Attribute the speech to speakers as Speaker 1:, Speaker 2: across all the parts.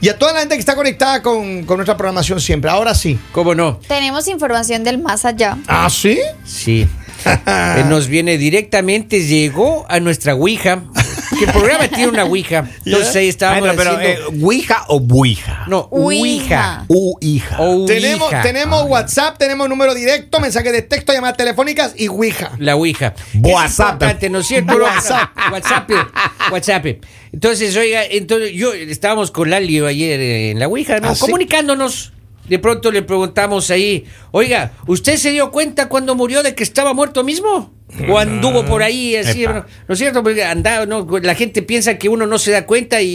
Speaker 1: Y a toda la gente que está conectada con, con nuestra programación siempre. Ahora sí.
Speaker 2: ¿Cómo no?
Speaker 3: Tenemos información del más allá.
Speaker 1: ¿Ah, sí?
Speaker 2: Sí. Eh, Nos viene directamente, llegó a nuestra Ouija. Que el programa tiene una Ouija. Entonces ahí estábamos
Speaker 4: Bueno, pero eh,
Speaker 2: haciendo-
Speaker 4: Ouija o Buija.
Speaker 2: no, Ouija.
Speaker 3: Ouija.
Speaker 4: Uija.
Speaker 2: O
Speaker 1: Tenemos,
Speaker 2: Ouija.
Speaker 1: tenemos WhatsApp, tenemos número directo, mensajes de texto, llamadas telefónicas y Ouija.
Speaker 2: La Ouija.
Speaker 4: WhatsApp.
Speaker 2: Es importante, ¿no es cierto? WhatsApp. WhatsApp. WhatsApp. Entonces, oiga, entonces yo estábamos con Lalio ayer eh, en la Ouija, ¿no?
Speaker 1: Ah, sí.
Speaker 2: comunicándonos. De pronto le preguntamos ahí, oiga, ¿usted se dio cuenta cuando murió de que estaba muerto mismo?
Speaker 1: Mm.
Speaker 2: ¿O anduvo por ahí así?
Speaker 4: Epa.
Speaker 2: ¿no? ¿No es cierto? Porque andaba, ¿no? La gente piensa que uno no se da cuenta y,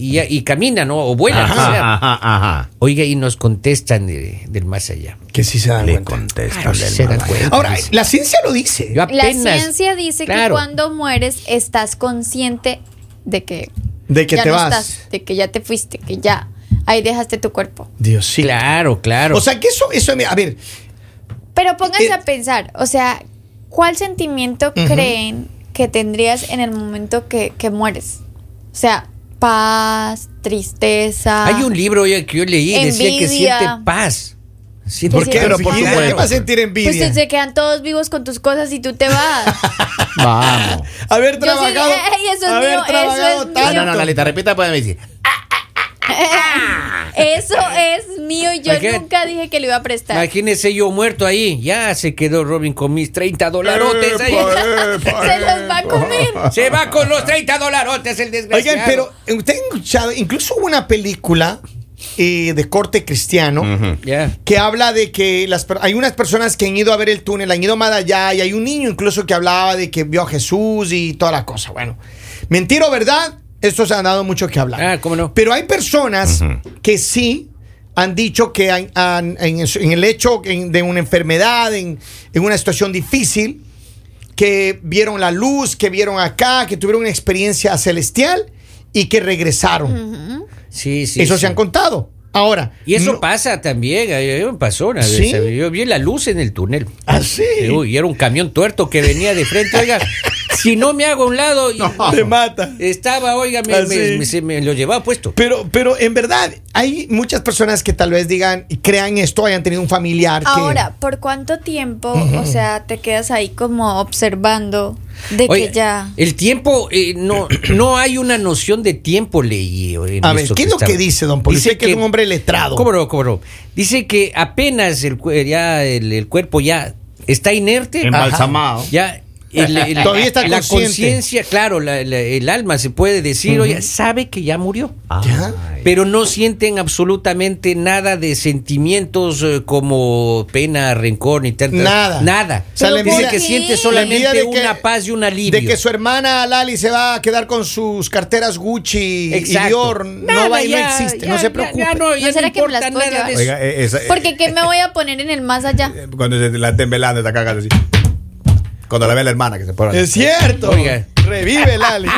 Speaker 2: y- y camina, ¿no? O vuela. o sea.
Speaker 4: Ajá, ajá, ajá.
Speaker 2: Oiga, y nos contestan de- del más allá.
Speaker 1: Que sí se dan
Speaker 4: Le
Speaker 1: cuenta.
Speaker 4: contesta.
Speaker 2: Claro, se da cuenta.
Speaker 1: Ahora, eh,
Speaker 2: dice.
Speaker 1: la ciencia lo dice.
Speaker 2: Yo
Speaker 3: La
Speaker 2: apenas-
Speaker 3: ciencia dice que
Speaker 2: Claro.
Speaker 3: cuando mueres estás consciente de que,
Speaker 1: De que
Speaker 3: ya
Speaker 1: te
Speaker 3: no
Speaker 1: vas.
Speaker 3: estás, de que ya te fuiste, que ya ahí dejaste tu cuerpo.
Speaker 1: Dios sí.
Speaker 2: Claro, claro.
Speaker 1: O sea que eso, eso, a ver,
Speaker 3: Pero pónganse
Speaker 1: Eh,
Speaker 3: a pensar, o sea, ¿cuál sentimiento creen que tendrías en el momento que, que mueres? O sea, paz,
Speaker 1: Ah.
Speaker 3: tristeza.
Speaker 2: Hay un libro oye, que yo leí y decía que
Speaker 3: Envidia.
Speaker 2: siente paz. Siente
Speaker 3: ¿Por qué?
Speaker 2: paz.
Speaker 1: pero por
Speaker 3: envidia.
Speaker 1: supuesto. va a sentir envidia?
Speaker 3: Pues se- se quedan todos vivos con tus cosas y tú te vas.
Speaker 4: Vamos.
Speaker 1: haber
Speaker 3: Yo sí,
Speaker 1: trabajado,
Speaker 3: ey, eso es
Speaker 1: haber
Speaker 3: mío, eso
Speaker 1: trabajado
Speaker 3: es mío.
Speaker 4: Ah,
Speaker 1: tanto.
Speaker 4: no, no, Lalita, repita
Speaker 2: pues,
Speaker 4: para decir.
Speaker 3: Eso es mío y yo
Speaker 2: Imagínate-
Speaker 3: nunca dije que lo iba a prestar.
Speaker 2: Imagínese yo muerto ahí. Ya se quedó Robin con mis 30 dolarotes ahí.
Speaker 3: Se los va a comer.
Speaker 2: Se va con los 30 dolarotes el desgraciado.
Speaker 1: Oigan, pero eh, ustedes han escuchado, incluso hubo una película eh, de corte cristiano
Speaker 2: Ya.
Speaker 1: que habla de que las, per- hay unas personas que han ido a ver el túnel, han ido más allá, y hay un niño incluso que hablaba de que vio a Jesús y toda la cosa. Bueno, mentira o verdad, esto se ha dado mucho que hablar.
Speaker 2: Ah, cómo no.
Speaker 1: Pero hay personas que sí han dicho que han- han- en, en el hecho en- de una enfermedad, en, en una situación difícil, que vieron la luz, que vieron acá, que tuvieron una experiencia celestial y que regresaron.
Speaker 2: Sí, sí.
Speaker 1: Eso
Speaker 2: sí.
Speaker 1: se han contado. Ahora.
Speaker 2: Y eso
Speaker 1: no-
Speaker 2: pasa también. A mí me pasó una vez.
Speaker 1: ¿Sí?
Speaker 2: Yo vi la luz en el túnel.
Speaker 1: ¿Ah, sí?
Speaker 2: Uy, era un camión tuerto que venía de frente. Oiga, si no me hago a un lado. y-
Speaker 1: Te mata.
Speaker 2: Estaba, oiga, me,
Speaker 1: Ah,
Speaker 2: me-
Speaker 1: sí.
Speaker 2: me- se me lo llevaba puesto.
Speaker 1: Pero, pero en verdad, hay muchas personas que tal vez digan y crean esto, hayan tenido un familiar que.
Speaker 3: Ahora, ¿por cuánto tiempo, o sea, te quedas ahí como observando de
Speaker 2: Oye,
Speaker 3: que ya...
Speaker 2: El tiempo, eh, no, no hay una noción de tiempo, leí. eh, en
Speaker 1: A ver,
Speaker 2: esto
Speaker 1: ¿qué es lo
Speaker 2: estaba.
Speaker 1: que dice, don Poli? Usted que es un hombre letrado.
Speaker 2: ¿Cómo no, cómo no? Dice que apenas el, cue- ya el, el cuerpo ya está inerte.
Speaker 4: Embalsamado.
Speaker 2: Ya. el- el-
Speaker 1: Todavía está
Speaker 2: la
Speaker 1: consciente.
Speaker 2: conciencia, claro, la- la- el alma se puede decir, oye, sabe que ya murió.
Speaker 1: Ah, ¿Ya?
Speaker 2: Pero no sienten absolutamente nada de sentimientos eh, como pena, rencor, ni tantas-
Speaker 1: Nada.
Speaker 2: Nada.
Speaker 1: O sea, la
Speaker 3: Pero
Speaker 1: envidia-
Speaker 2: Dice
Speaker 3: ¿por
Speaker 2: que
Speaker 3: qué?
Speaker 2: siente
Speaker 1: la envidia
Speaker 2: solamente
Speaker 1: de que-
Speaker 2: una paz y un alivio.
Speaker 1: De que su hermana Lali se va a quedar con sus carteras Gucci y
Speaker 2: Exacto.
Speaker 1: Dior.
Speaker 2: Nada,
Speaker 1: no va y no
Speaker 2: ya,
Speaker 1: existe,
Speaker 2: ya,
Speaker 1: no se
Speaker 2: ya,
Speaker 1: preocupe.
Speaker 2: Ya, no, ya
Speaker 3: ¿No
Speaker 2: no
Speaker 3: será que me
Speaker 2: importa
Speaker 3: las puedo
Speaker 2: nada de
Speaker 3: llevar?
Speaker 2: eso.
Speaker 4: Oiga, eh, esa, eh,
Speaker 3: Porque qué me voy a poner en el más allá?
Speaker 4: Cuando se la estén velando, está cagando así. Cuando la ve la hermana que se pone.
Speaker 1: Es cierto.
Speaker 2: Oiga.
Speaker 1: Revive Lali.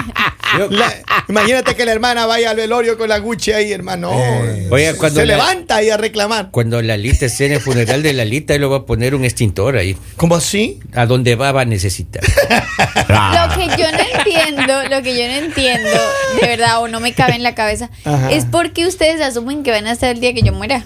Speaker 2: Yo-
Speaker 1: La- imagínate que la hermana vaya al velorio con la Gucci ahí, hermano.
Speaker 4: Eh.
Speaker 2: Oiga, cuando
Speaker 1: se
Speaker 2: la-
Speaker 1: levanta ahí a reclamar.
Speaker 2: Cuando Lalita esté en el funeral de Lalita, él lo va a poner un extintor ahí.
Speaker 1: ¿Cómo así?
Speaker 2: A donde va, va a necesitar.
Speaker 4: Ah.
Speaker 3: Lo que yo no entiendo, lo que yo no entiendo, de verdad, o no me cabe en la cabeza,
Speaker 1: Ajá.
Speaker 3: es porque ustedes asumen que van a estar el día que yo muera.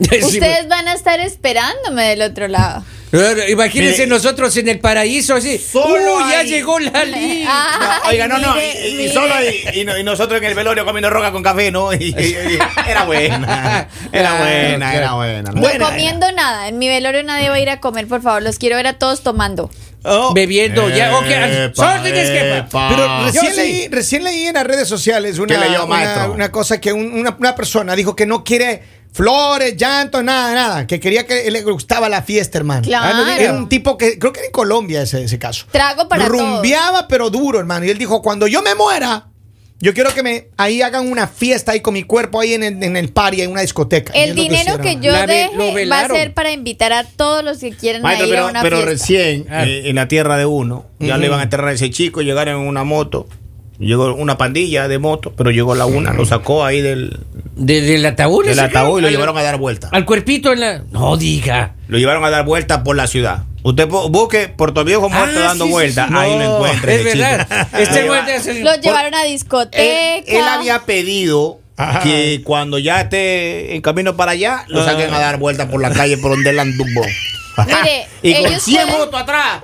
Speaker 2: Sí,
Speaker 3: Ustedes
Speaker 4: pues.
Speaker 3: van a estar esperándome del otro lado.
Speaker 2: pero- Imagínense
Speaker 4: Mire.
Speaker 2: nosotros en el paraíso así.
Speaker 4: Solo
Speaker 2: ¡Uh, ya
Speaker 4: hay-
Speaker 2: llegó Lali!
Speaker 3: Ay,
Speaker 4: Oiga, no, no, y,
Speaker 3: mire,
Speaker 4: y- y
Speaker 3: mire.
Speaker 4: solo y, y no- y nosotros en el velorio comiendo roca con café, ¿no? Y- y- y- era buena, era
Speaker 2: Claro,
Speaker 4: buena, era
Speaker 2: claro.
Speaker 4: buena.
Speaker 3: No
Speaker 4: Buena era.
Speaker 3: comiendo nada. En mi velorio nadie va a ir a comer, por favor. Los quiero ver a todos tomando.
Speaker 1: Oh,
Speaker 2: Bebiendo, ya. ok,
Speaker 4: Epa,
Speaker 2: ¡Órdenes, jefa!
Speaker 4: epa.
Speaker 1: Pero
Speaker 2: Yo
Speaker 1: recién,
Speaker 2: sí.
Speaker 1: leí, recién leí en las redes sociales una,
Speaker 4: Ah. ¿Qué leyó,
Speaker 1: una-
Speaker 4: maestro?
Speaker 1: una cosa que un- una, una persona dijo que no quiere flores, llantos, nada, nada. Que quería que le gustaba la fiesta, hermano. Ah,
Speaker 3: Claro.
Speaker 2: no diga.
Speaker 1: Era un tipo que, creo que era en Colombia ese, ese caso.
Speaker 3: Trago para
Speaker 1: Rumbeaba, pero duro, hermano. Y él dijo, cuando yo me muera, yo quiero que me ahí hagan una fiesta ahí con mi cuerpo ahí en el, en el party, en una discoteca. Y es
Speaker 3: El
Speaker 1: lo que
Speaker 3: dinero
Speaker 1: hicieron,
Speaker 3: que
Speaker 1: hermano.
Speaker 3: yo
Speaker 2: La ve- lo
Speaker 3: deje va a
Speaker 2: velaron.
Speaker 3: ser para invitar a todos los que quieran a
Speaker 4: Maestro,
Speaker 3: ir a
Speaker 4: pero,
Speaker 3: una
Speaker 4: pero
Speaker 3: fiesta.
Speaker 4: recién,
Speaker 2: Ah.
Speaker 4: eh, en la tierra de uno, ya le iban a enterrar a ese chico, llegaron en una moto, llegó una pandilla de moto, pero llegó la una, lo sacó ahí del,
Speaker 2: De- del ataúd.
Speaker 4: del
Speaker 2: ese
Speaker 4: ataúd y lo
Speaker 2: al-
Speaker 4: llevaron a dar vuelta.
Speaker 2: Al cuerpito en la. No diga.
Speaker 4: Lo llevaron a dar vuelta por la ciudad. Usted po- busque Puerto Viejo muerto
Speaker 2: Ah,
Speaker 4: dando
Speaker 2: sí, sí,
Speaker 4: vuelta,
Speaker 2: sí.
Speaker 4: ahí
Speaker 2: No,
Speaker 4: lo encuentra.
Speaker 2: Es
Speaker 4: ese
Speaker 2: verdad.
Speaker 4: chico.
Speaker 2: Este
Speaker 4: Lo
Speaker 2: güey
Speaker 4: lleva-
Speaker 2: es el-
Speaker 3: Los llevaron a
Speaker 4: Él,
Speaker 3: discoteca.
Speaker 4: él había pedido
Speaker 1: Ajá.
Speaker 4: que cuando ya esté en camino para allá,
Speaker 2: Ah.
Speaker 4: lo saquen a dar vueltas por la calle por donde él anduvo.
Speaker 3: Mire,
Speaker 4: y con
Speaker 3: ellos
Speaker 4: 100
Speaker 3: pueden-
Speaker 4: motos atrás.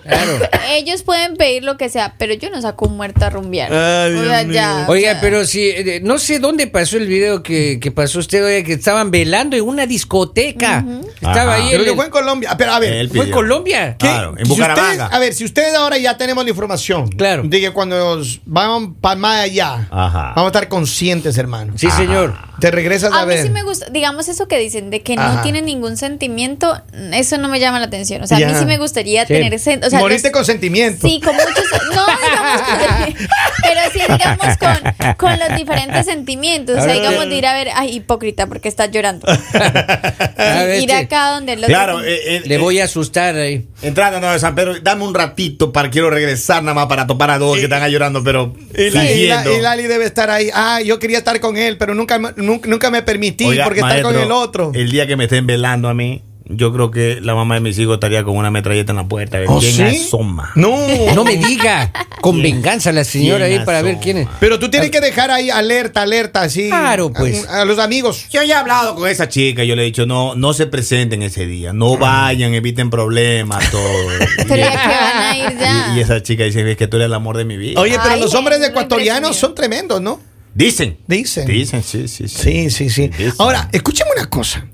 Speaker 3: Ellos pueden pedir lo que sea, pero yo no saco un muerto a rumbear.
Speaker 4: Ay,
Speaker 3: O
Speaker 4: Dios
Speaker 3: sea,
Speaker 4: mío.
Speaker 3: ya, o
Speaker 2: Oiga,
Speaker 3: sea,
Speaker 2: pero si, eh, no sé dónde pasó el video que, que pasó usted, oiga, que estaban velando en una discoteca. Estaba
Speaker 4: Ajá.
Speaker 2: ahí. en
Speaker 1: Creo que
Speaker 2: el-
Speaker 1: fue en Colombia. Pero a ver,
Speaker 4: El-
Speaker 2: fue en Colombia.
Speaker 1: ¿qué-
Speaker 4: Claro, en
Speaker 1: si ustedes-
Speaker 4: Bucaramanga.
Speaker 1: a ver, si ustedes ahora ya tenemos la información
Speaker 2: Claro.
Speaker 1: de que cuando os- vamos para más allá,
Speaker 4: Ajá.
Speaker 1: vamos a estar conscientes, hermano.
Speaker 2: Sí, señor.
Speaker 1: Te regresas a,
Speaker 3: a mí
Speaker 1: ver.
Speaker 3: sí me gusta, digamos eso que dicen de que
Speaker 1: Ajá.
Speaker 3: no tiene ningún sentimiento, eso no me llama la atención. O sea, a mí
Speaker 1: Ya.
Speaker 3: sí me gustaría
Speaker 2: Sí.
Speaker 3: tener sen- o sea,
Speaker 1: Morirte
Speaker 3: los-
Speaker 1: con sentimiento.
Speaker 3: Sí, con muchos. No, digamos con- Pero sí, digamos con, con los diferentes sentimientos. O sea, digamos de ir a ver, ay, hipócrita, porque estás llorando.
Speaker 2: A ver,
Speaker 3: ir
Speaker 2: sí.
Speaker 3: acá donde los.
Speaker 4: Claro, eh, eh,
Speaker 2: Le
Speaker 4: eh,
Speaker 2: voy a asustar ahí.
Speaker 4: entrando no, de San Pedro, dame un ratito para quiero regresar nada más para topar a dos que están ahí llorando, pero
Speaker 1: Y, la- y la-
Speaker 4: fingiendo.
Speaker 1: y Lali debe estar ahí. Ah, yo quería estar con él, pero nunca, me- nunca, nunca me permití
Speaker 4: Oiga,
Speaker 1: porque está con
Speaker 4: maestro, eh,
Speaker 1: el otro.
Speaker 4: El día que me estén velando a mí, yo creo que la mamá de mis hijos estaría con una metralleta en la puerta. A ver
Speaker 1: ¿Oh,
Speaker 4: quién
Speaker 1: sí?
Speaker 4: asoma.
Speaker 1: No.
Speaker 2: No me diga. Con venganza la señora ahí
Speaker 4: ¿Quién
Speaker 2: para ver
Speaker 4: asoma?
Speaker 2: quién es.
Speaker 1: Pero tú tienes que dejar ahí alerta, alerta, así.
Speaker 2: Claro, pues.
Speaker 1: A, a los amigos.
Speaker 4: Yo ya he hablado con esa chica, yo le he dicho, no, no se presenten ese día,
Speaker 1: Ah.
Speaker 4: no vayan, eviten problemas, todo.
Speaker 3: Pero ya que van a ir ya.
Speaker 4: Y, y esa chica dice, es que tú eres el amor de mi vida.
Speaker 1: Oye, pero
Speaker 3: Ay,
Speaker 1: los hombres
Speaker 3: muy
Speaker 1: ecuatorianos
Speaker 3: presumido.
Speaker 1: son tremendos, ¿no?
Speaker 4: Dicen.
Speaker 1: Dicen.
Speaker 4: Dicen, sí, sí,
Speaker 1: Sí,
Speaker 4: sí.
Speaker 1: sí, sí.
Speaker 4: Dicen.
Speaker 1: Ahora, escúchame una cosa.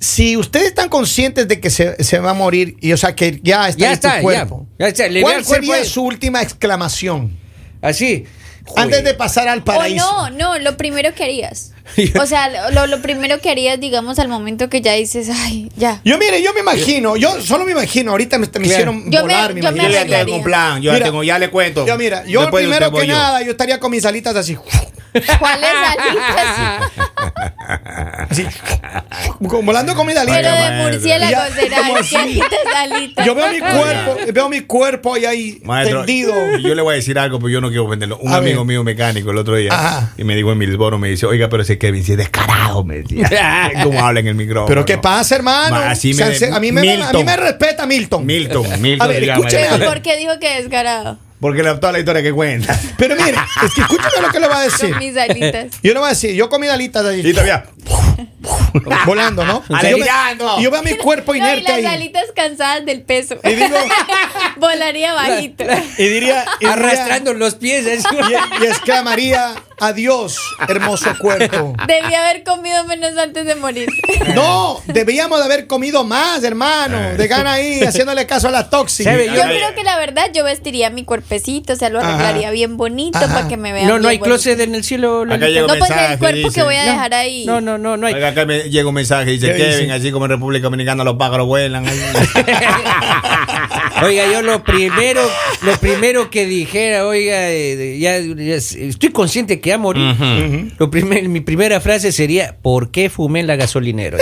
Speaker 1: Si ustedes están conscientes de que se, se va a morir, y o sea, que ya está
Speaker 2: Ya
Speaker 1: en
Speaker 2: está,
Speaker 1: tu
Speaker 2: ya.
Speaker 1: cuerpo,
Speaker 2: Ya está, le da
Speaker 1: ¿cuál
Speaker 2: el cuerpo
Speaker 1: sería
Speaker 2: ahí.
Speaker 1: su última exclamación?
Speaker 2: Así.
Speaker 1: Antes de pasar al paraíso.
Speaker 3: O no, no, lo primero que harías. O sea, lo, lo primero que harías, digamos, al momento que ya dices, ay, ya.
Speaker 1: Yo, mire, yo me imagino, yo solo me imagino, ahorita me, me
Speaker 2: Claro.
Speaker 1: hicieron
Speaker 3: Yo me-
Speaker 1: volar,
Speaker 3: yo me
Speaker 4: Yo
Speaker 1: imagino.
Speaker 4: ya
Speaker 3: arreglaría.
Speaker 4: tengo un plan, yo
Speaker 1: Mira.
Speaker 4: ya tengo, ya le cuento.
Speaker 1: Yo, mira, yo
Speaker 4: Después de
Speaker 1: primero
Speaker 4: usted
Speaker 1: que
Speaker 4: voy yo.
Speaker 1: nada, yo estaría con mis alitas así,
Speaker 3: ¿Cuáles
Speaker 2: Ah,
Speaker 3: alitas?
Speaker 1: así, como volando con mis
Speaker 3: Pero
Speaker 1: alitas.
Speaker 3: de
Speaker 4: maestro.
Speaker 3: murciélago
Speaker 1: Ya,
Speaker 3: será.
Speaker 1: como
Speaker 3: ¿Qué alitas, alitas?
Speaker 1: Yo veo mi cuerpo, veo mi cuerpo ahí, ahí
Speaker 4: Maestro,
Speaker 1: tendido.
Speaker 4: yo le voy a decir algo, pero yo no quiero ofenderlo. Un
Speaker 1: A
Speaker 4: amigo
Speaker 1: ver.
Speaker 4: mío mecánico el otro día
Speaker 1: Ajá.
Speaker 4: y me dijo en Milboro, me dice, oiga, pero ese Kevin, si es descarado, me decía. ¿Cómo habla en el micrófono?
Speaker 1: Pero qué pasa, hermano.
Speaker 4: Oh, Ma, así
Speaker 1: O sea,
Speaker 4: me-
Speaker 1: se- a, mí me, a mí
Speaker 4: Milton.
Speaker 1: me respeta Milton.
Speaker 4: Milton,
Speaker 1: A
Speaker 4: Milton.
Speaker 1: ver,
Speaker 4: se llama
Speaker 1: escúcheme
Speaker 4: ese.
Speaker 3: Pero ¿por qué dijo que descarado?
Speaker 4: Porque la, toda la historia que cuenta.
Speaker 1: Pero mire, es que escúchame lo que le voy a decir.
Speaker 3: Con mis alitas.
Speaker 1: Yo le voy a decir, yo comí alitas ahí,
Speaker 4: Y todavía.
Speaker 1: volando, ¿no? Y yo, me-
Speaker 4: Alegrando.
Speaker 1: y yo veo mi cuerpo
Speaker 3: No, y
Speaker 1: inerte
Speaker 3: las
Speaker 1: ahí.
Speaker 3: alitas cansadas del peso.
Speaker 1: Y digo,
Speaker 3: Volaría bajito.
Speaker 1: y diría, y diría-
Speaker 2: Arrastrando los pies. así.
Speaker 1: y, y exclamaría, adiós, hermoso cuerpo.
Speaker 3: Debí haber comido menos antes de morir.
Speaker 1: No, debíamos de haber comido más,
Speaker 4: Ah.
Speaker 1: hermano. De gana ahí, haciéndole caso a la tóxica.
Speaker 2: ¿Sabe?
Speaker 3: Yo
Speaker 2: Yo-
Speaker 3: creo que la verdad yo vestiría mi cuerpecito, o sea, lo
Speaker 1: Ajá.
Speaker 3: arreglaría bien bonito
Speaker 1: Ajá.
Speaker 3: para que me vean
Speaker 2: No, no
Speaker 3: bien
Speaker 2: hay
Speaker 3: bonito.
Speaker 2: closet en el cielo.
Speaker 4: Acá
Speaker 2: Lolita.
Speaker 4: llega
Speaker 3: No, pues
Speaker 4: Mensaje,
Speaker 3: el cuerpo
Speaker 4: dice.
Speaker 3: que voy a
Speaker 4: No,
Speaker 3: dejar ahí.
Speaker 2: No, no, no, no hay.
Speaker 4: Oiga, acá me llega un mensaje y dice,
Speaker 1: ¿Qué
Speaker 4: Kevin,
Speaker 1: dice?
Speaker 4: así como en República Dominicana los pájaros vuelan.
Speaker 2: Oiga, yo lo primero, lo primero que dijera, oiga, eh, de- ya, ya s- estoy consciente que ya morí. Lo primer- mi primera frase sería, ¿por qué fumé en la gasolinera?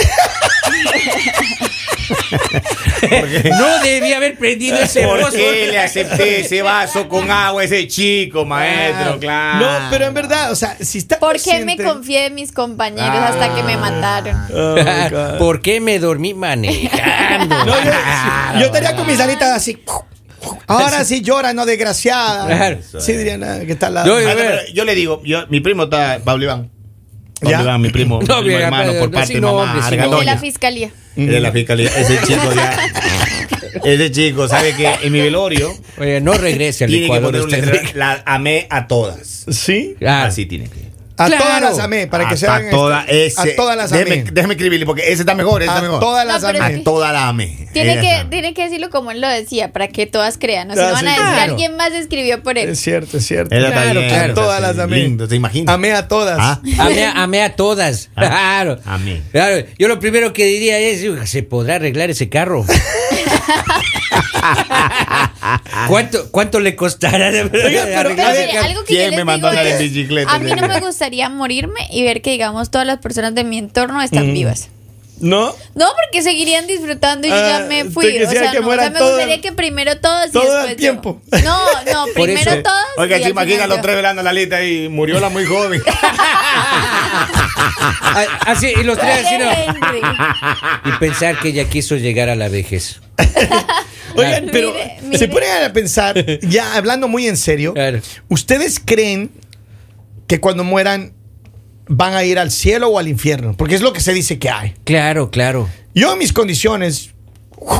Speaker 2: no debía haber prendido ese
Speaker 4: ¿Por
Speaker 2: fósforo.
Speaker 4: qué le acepté ese vaso con agua a ese chico, maestro? Claro.
Speaker 1: Ah. No, pero en verdad, o sea, si está
Speaker 3: ¿Por qué me
Speaker 1: consciente-
Speaker 3: confié en mis compañeros hasta que me mataron?
Speaker 4: Oh,
Speaker 2: ¿Por qué me dormí manejando?
Speaker 1: No, yo, yo estaría con mis alitas así. Ahora sí llora, no desgraciada.
Speaker 2: Claro.
Speaker 1: Sí, dirían, ah, que está al lado.
Speaker 2: Yo-
Speaker 4: Maestro, pero yo le digo, yo- mi primo está, Pablo Iván. Pablo
Speaker 1: Ya.
Speaker 4: Iván, mi primo, mi
Speaker 2: No,
Speaker 4: primo
Speaker 2: mira,
Speaker 4: hermano
Speaker 2: pero
Speaker 4: por
Speaker 2: no,
Speaker 4: parte
Speaker 2: sí,
Speaker 4: de
Speaker 2: no,
Speaker 4: mamá,
Speaker 2: hombre, sí, no.
Speaker 3: De
Speaker 4: Argandoña.
Speaker 3: la fiscalía.
Speaker 4: de la fiscalía. Ese chico ya. Ese chico sabe que en mi velorio
Speaker 2: Oye, no regrese al
Speaker 4: tiene que
Speaker 2: Ecuador.
Speaker 4: poner un
Speaker 2: usted,
Speaker 4: letrero,
Speaker 2: Enrique.
Speaker 4: La amé a todas.
Speaker 1: Sí.
Speaker 2: Ah,
Speaker 4: Así tiene que.
Speaker 1: A
Speaker 2: Claro.
Speaker 1: todas las amé, Eh, para que
Speaker 4: A-
Speaker 1: se
Speaker 4: a
Speaker 1: hagan esto.
Speaker 4: toda ese-
Speaker 1: A todas las amé.
Speaker 4: déjeme, déjeme escribirle porque ese está mejor. Ese
Speaker 1: A
Speaker 4: está mejor.
Speaker 1: todas las
Speaker 3: No, pero
Speaker 1: amé.
Speaker 3: es
Speaker 4: a toda la amé.
Speaker 3: Tiene
Speaker 4: Ella
Speaker 3: que,
Speaker 4: sabe.
Speaker 3: tiene que decirlo como él lo decía, para que todas crean. O si
Speaker 1: Ah,
Speaker 3: no van
Speaker 1: sí,
Speaker 3: a decir
Speaker 1: claro.
Speaker 3: alguien más escribió por él.
Speaker 1: Es cierto, es cierto.
Speaker 4: Ella está
Speaker 2: Claro,
Speaker 4: bien,
Speaker 2: claro.
Speaker 1: A todas
Speaker 4: está
Speaker 1: las
Speaker 4: así,
Speaker 1: amé.
Speaker 4: lindo, ¿te imaginas?
Speaker 1: Amé a todas.
Speaker 4: Ah.
Speaker 2: Amé, a- amé a todas.
Speaker 4: Ah,
Speaker 2: Claro.
Speaker 4: amé.
Speaker 2: Claro. Yo lo primero que diría es, "Uy, ¿se podrá arreglar ese carro? ¿Cuánto, ¿Cuánto le costará de verdad
Speaker 1: Oiga, pero,
Speaker 2: arreglar
Speaker 1: a
Speaker 2: ese
Speaker 1: ver,
Speaker 2: carro?
Speaker 3: algo que
Speaker 4: ¿Quién
Speaker 3: yo les
Speaker 4: me mandó a
Speaker 3: digo
Speaker 4: andar en
Speaker 3: es,
Speaker 4: bicicleta?
Speaker 3: a mí no me gustaría morirme y ver que, digamos, todas las personas de mi entorno están vivas.
Speaker 1: No.
Speaker 3: No, porque seguirían disfrutando y yo
Speaker 1: Ah,
Speaker 3: ya me
Speaker 1: usted
Speaker 3: fui. O
Speaker 1: quisiera
Speaker 3: sea,
Speaker 1: que
Speaker 3: no, o sea,
Speaker 1: mueran
Speaker 3: me
Speaker 1: todas-
Speaker 3: gustaría que primero todos
Speaker 1: todo
Speaker 3: y
Speaker 1: el
Speaker 3: después yo.
Speaker 1: tiempo.
Speaker 3: No, no,
Speaker 2: Por eso.
Speaker 3: primero todos.
Speaker 4: Oiga,
Speaker 3: y
Speaker 4: se
Speaker 3: al final
Speaker 4: imaginan los
Speaker 3: yo.
Speaker 4: tres velando la lista y murió la muy joven.
Speaker 2: Ah, Así, y los tres así, ¿no?
Speaker 3: Henry.
Speaker 2: Y pensar que ella quiso llegar a la vejez.
Speaker 1: Oigan, pero
Speaker 3: Mire, mire.
Speaker 1: se ponen a pensar, ya hablando muy en serio,
Speaker 2: Claro.
Speaker 1: ¿ustedes creen que cuando mueran van a ir al cielo o al infierno, porque es lo que se dice que hay.
Speaker 2: Claro, claro.
Speaker 1: Yo en mis condiciones,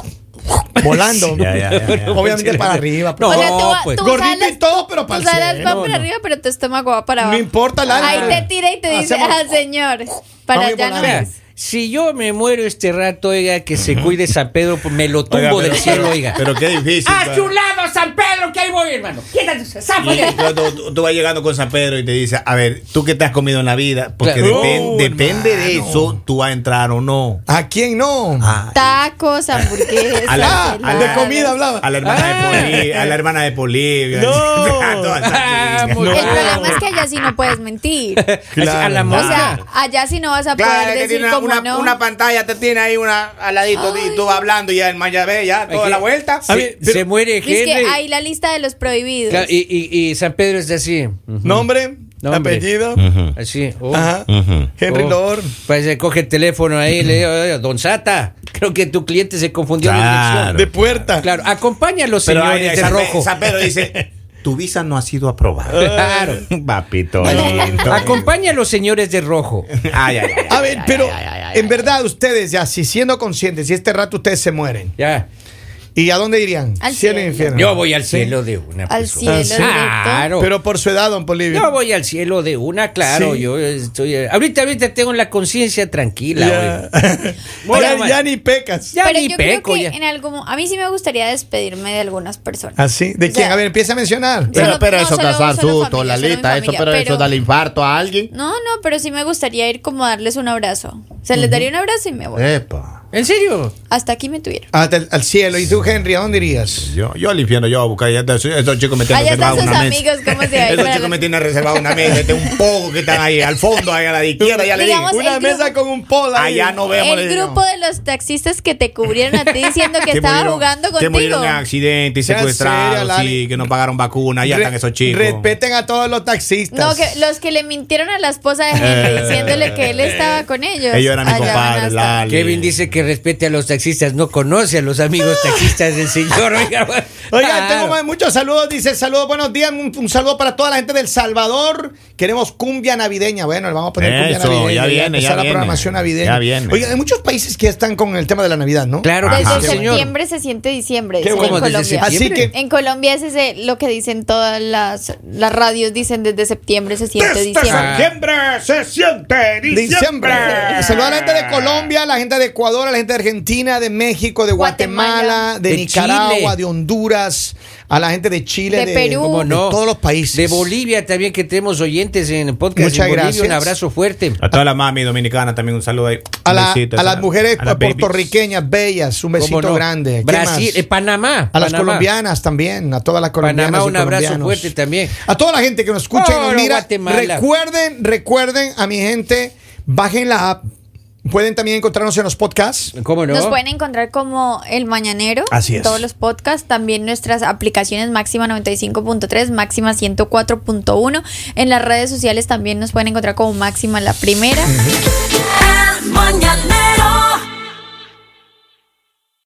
Speaker 1: volando,
Speaker 4: Ya, ya, ya, ya.
Speaker 1: obviamente para arriba.
Speaker 2: No,
Speaker 1: pues.
Speaker 3: o sea, tú, va-
Speaker 2: pues.
Speaker 3: tus
Speaker 1: Gordito
Speaker 3: alas-
Speaker 1: y todo, pero para
Speaker 3: Tus
Speaker 1: el
Speaker 3: alas
Speaker 1: cielo,
Speaker 3: van
Speaker 2: no,
Speaker 3: para
Speaker 2: no.
Speaker 3: arriba, pero tu estómago va para
Speaker 1: No
Speaker 3: abajo.
Speaker 1: importa el alma.
Speaker 3: Ahí te tira y te dice,
Speaker 1: Hacemos-
Speaker 3: ah, señor, para
Speaker 1: Vamos
Speaker 3: allá no
Speaker 1: volando.
Speaker 2: Vea,
Speaker 3: es.
Speaker 2: si yo me muero este rato, oiga, que se cuide San Pedro, pues me lo
Speaker 4: Oiga,
Speaker 2: tumbo del
Speaker 4: pero-
Speaker 2: cielo, oiga.
Speaker 4: Pero qué difícil.
Speaker 2: ¡A
Speaker 4: padre.
Speaker 2: su lado, San Pedro, que ahí voy, hermano! ¡Quítate,
Speaker 4: Y
Speaker 2: pues.
Speaker 4: cuando tú, tú vas llegando con San Pedro y te dice, a ver, tú qué te has comido en la vida, porque
Speaker 2: Claro.
Speaker 4: depen-
Speaker 1: No,
Speaker 4: depende de eso, tú vas a entrar o no.
Speaker 1: ¿A quién no?
Speaker 4: Ah,
Speaker 3: Tacos, hamburguesas.
Speaker 4: A la-
Speaker 1: Ah, de
Speaker 3: helados.
Speaker 1: comida hablaba.
Speaker 4: a la hermana de Bolivia, a la hermana de Bolivia.
Speaker 2: No.
Speaker 4: A todas esas
Speaker 2: Ah,
Speaker 4: chicas.
Speaker 2: muy
Speaker 3: El
Speaker 2: bien.
Speaker 3: problema es que allá sí no puedes mentir.
Speaker 2: a la
Speaker 1: Claro.
Speaker 3: O
Speaker 2: monja.
Speaker 3: sea,
Speaker 1: Ah.
Speaker 3: allá sí no vas a poder
Speaker 4: Claro, que
Speaker 3: decir
Speaker 4: tiene una,
Speaker 3: como
Speaker 4: una-
Speaker 3: no.
Speaker 4: una pantalla, te tiene ahí una al ladito y tú vas hablando y ya el man ya ve, ya toda
Speaker 2: Aquí-
Speaker 4: la vuelta.
Speaker 2: Se,
Speaker 1: A ver, pero-
Speaker 2: se muere
Speaker 3: Dice que
Speaker 2: Henry.
Speaker 3: hay la lista de los prohibidos.
Speaker 2: Claro, y, y- y San Pedro está así. ujú,
Speaker 1: Nombre,
Speaker 2: Nombre.
Speaker 1: apellido,
Speaker 2: Así. oh,
Speaker 1: ajá, Henry
Speaker 2: oh.
Speaker 1: Lord.
Speaker 2: Pues se coge el teléfono ahí y le digo, "Oiga, don Sata, creo que tu cliente se confundió de
Speaker 4: Claro.
Speaker 2: dirección.
Speaker 1: de puerta.
Speaker 2: Claro, acompaña a los
Speaker 4: Pero ahí
Speaker 2: señores de
Speaker 4: San Pe-
Speaker 2: rojo.
Speaker 4: San Pedro dice, tu visa no ha sido aprobada.
Speaker 2: Claro.
Speaker 4: Papito.
Speaker 2: Acompaña a los señores de rojo.
Speaker 4: Ay, ay, ay.
Speaker 1: A ver, pero en verdad ustedes ya, si siendo conscientes, si este rato ustedes se mueren,
Speaker 2: Ya.
Speaker 1: ¿y a dónde irían?
Speaker 3: Al
Speaker 1: Cielo e
Speaker 3: cielo.
Speaker 1: infierno.
Speaker 2: Yo voy al cielo de una.
Speaker 3: Al
Speaker 2: pues,
Speaker 3: cielo
Speaker 2: obvio.
Speaker 3: directo.
Speaker 2: Claro.
Speaker 1: Pero por su edad, don Polivio.
Speaker 2: yo voy al cielo de una, claro.
Speaker 1: Sí.
Speaker 2: Yo estoy. eh, Ahorita, ahorita tengo la conciencia tranquila.
Speaker 1: Ya.
Speaker 2: güey. Voy
Speaker 1: ya,
Speaker 2: a-
Speaker 1: ya ni pecas.
Speaker 2: Ya
Speaker 3: Pero
Speaker 2: ni
Speaker 3: yo
Speaker 2: peco.
Speaker 3: creo
Speaker 2: ya.
Speaker 3: que en algún mo- a mí sí me gustaría despedirme de algunas personas.
Speaker 1: ¿Así? ¿De
Speaker 3: O
Speaker 1: quién?
Speaker 3: sea,
Speaker 1: A ver, empieza a mencionar.
Speaker 3: Solo-
Speaker 5: Pero, pero
Speaker 3: no,
Speaker 5: eso
Speaker 3: solo-
Speaker 5: causar
Speaker 3: solo
Speaker 5: susto,
Speaker 3: familia, solo
Speaker 5: Lalita, eso,
Speaker 3: familia,
Speaker 5: pero,
Speaker 3: pero-
Speaker 5: eso darle infarto a alguien.
Speaker 3: No, no, pero sí me gustaría ir como a darles un abrazo. Se les daría un abrazo y me voy.
Speaker 4: Eh.
Speaker 5: Epa.
Speaker 2: ¿En serio?
Speaker 3: Hasta aquí me tuvieron.
Speaker 1: Hasta el- Ah, al cielo. ¿Y tú, Henry, a dónde irías?
Speaker 4: Yo, yo al infierno, yo voy a buscar. Ya, esos esos chicos me tienen
Speaker 3: Allá están
Speaker 4: reservado
Speaker 3: sus
Speaker 4: una mesa.
Speaker 3: amigos, ¿cómo se
Speaker 4: Esos
Speaker 3: llama?
Speaker 4: chicos me tienen reservado una mesa. Este un poco que están ahí al fondo, ahí a la izquierda, ya le dije.
Speaker 3: Digamos,
Speaker 1: Una
Speaker 3: el grupo-
Speaker 1: mesa con un polo. ahí.
Speaker 4: Allá no vemos. le
Speaker 3: El
Speaker 4: digo.
Speaker 3: grupo de los taxistas que te cubrieron a ti diciendo que, estaba
Speaker 4: murieron-
Speaker 3: jugando
Speaker 4: Que
Speaker 3: contigo.
Speaker 4: murieron en accidentes,
Speaker 1: Sea seria,
Speaker 4: secuestrados,
Speaker 1: Lali.
Speaker 4: sí, que no pagaron vacuna. Ya
Speaker 1: Re-
Speaker 4: están esos chicos.
Speaker 1: Respeten a todos los taxistas.
Speaker 3: No, que los que le mintieron a la esposa de Henry diciéndole que él
Speaker 1: Eh.
Speaker 3: estaba con ellos.
Speaker 4: Ellos eran mis
Speaker 3: Allá van
Speaker 4: compadres,
Speaker 3: hasta-
Speaker 4: Lali.
Speaker 2: Kevin dice que respete a los taxistas. No conoce a los amigos taxistas del señor. Oiga,
Speaker 1: Oigan,
Speaker 3: Ah.
Speaker 2: claro.
Speaker 1: tengo más- muchos saludos. Dice saludos, buenos días. Un, un saludo para toda la gente del Salvador. Queremos cumbia navideña. Bueno, le vamos a poner cumbia
Speaker 4: Eso,
Speaker 1: navideña.
Speaker 4: ya viene,
Speaker 1: empezar
Speaker 4: ya
Speaker 1: la
Speaker 4: viene.
Speaker 1: programación navideña.
Speaker 4: Ya viene.
Speaker 1: Oigan, hay muchos países que ya están con el tema de la Navidad, ¿no?
Speaker 2: Claro que
Speaker 3: Desde
Speaker 2: sí, señor.
Speaker 3: septiembre se siente diciembre.
Speaker 1: Qué
Speaker 3: dicen
Speaker 1: bueno.
Speaker 3: en
Speaker 2: ¿Cómo desde
Speaker 3: Colombia.
Speaker 1: Así que
Speaker 3: En Colombia es ese, lo que dicen todas las, las radios, dicen desde septiembre se siente diciembre.
Speaker 4: se siente
Speaker 1: Diciembre. Saludos a la gente de Colombia, a la gente de Ecuador, a la gente de Argentina, de México, de Guatemala,
Speaker 3: Guatemala.
Speaker 1: de,
Speaker 2: De
Speaker 1: Nicaragua,
Speaker 2: Chile.
Speaker 1: de Honduras, a la gente de Chile,
Speaker 3: De Perú.
Speaker 2: ¿Cómo
Speaker 1: de
Speaker 2: no?
Speaker 1: todos los países.
Speaker 2: De Bolivia también, que tenemos oyentes en el podcast.
Speaker 1: Muchas
Speaker 2: en Bolivia,
Speaker 1: gracias.
Speaker 2: Un abrazo fuerte.
Speaker 4: A toda la mami dominicana también un saludo ahí.
Speaker 1: A,
Speaker 4: Un
Speaker 1: la-
Speaker 4: besito,
Speaker 1: a las mujeres
Speaker 4: a las babies.
Speaker 1: puertorriqueñas bellas, un besito
Speaker 2: ¿Cómo no?
Speaker 1: grande. ¿Quién
Speaker 2: Brasil,
Speaker 1: más?
Speaker 2: eh, Panamá.
Speaker 1: A las
Speaker 2: Panamá.
Speaker 1: colombianas también, a todas las colombianas.
Speaker 2: Panamá,
Speaker 1: y
Speaker 2: un abrazo
Speaker 1: colombianos.
Speaker 2: fuerte también.
Speaker 1: A toda la gente que nos escucha y
Speaker 2: Oro,
Speaker 1: nos mira,
Speaker 2: Guatemala.
Speaker 1: recuerden, recuerden a mi gente, bajen la app. Pueden también encontrarnos en los podcasts.
Speaker 2: ¿Cómo no?
Speaker 3: Nos pueden encontrar como El Mañanero.
Speaker 1: Así es.
Speaker 3: Todos los podcasts. También nuestras aplicaciones Máxima 95.3, Máxima 104.1. En las redes sociales también nos pueden encontrar como Máxima la Primera.
Speaker 6: El mañanero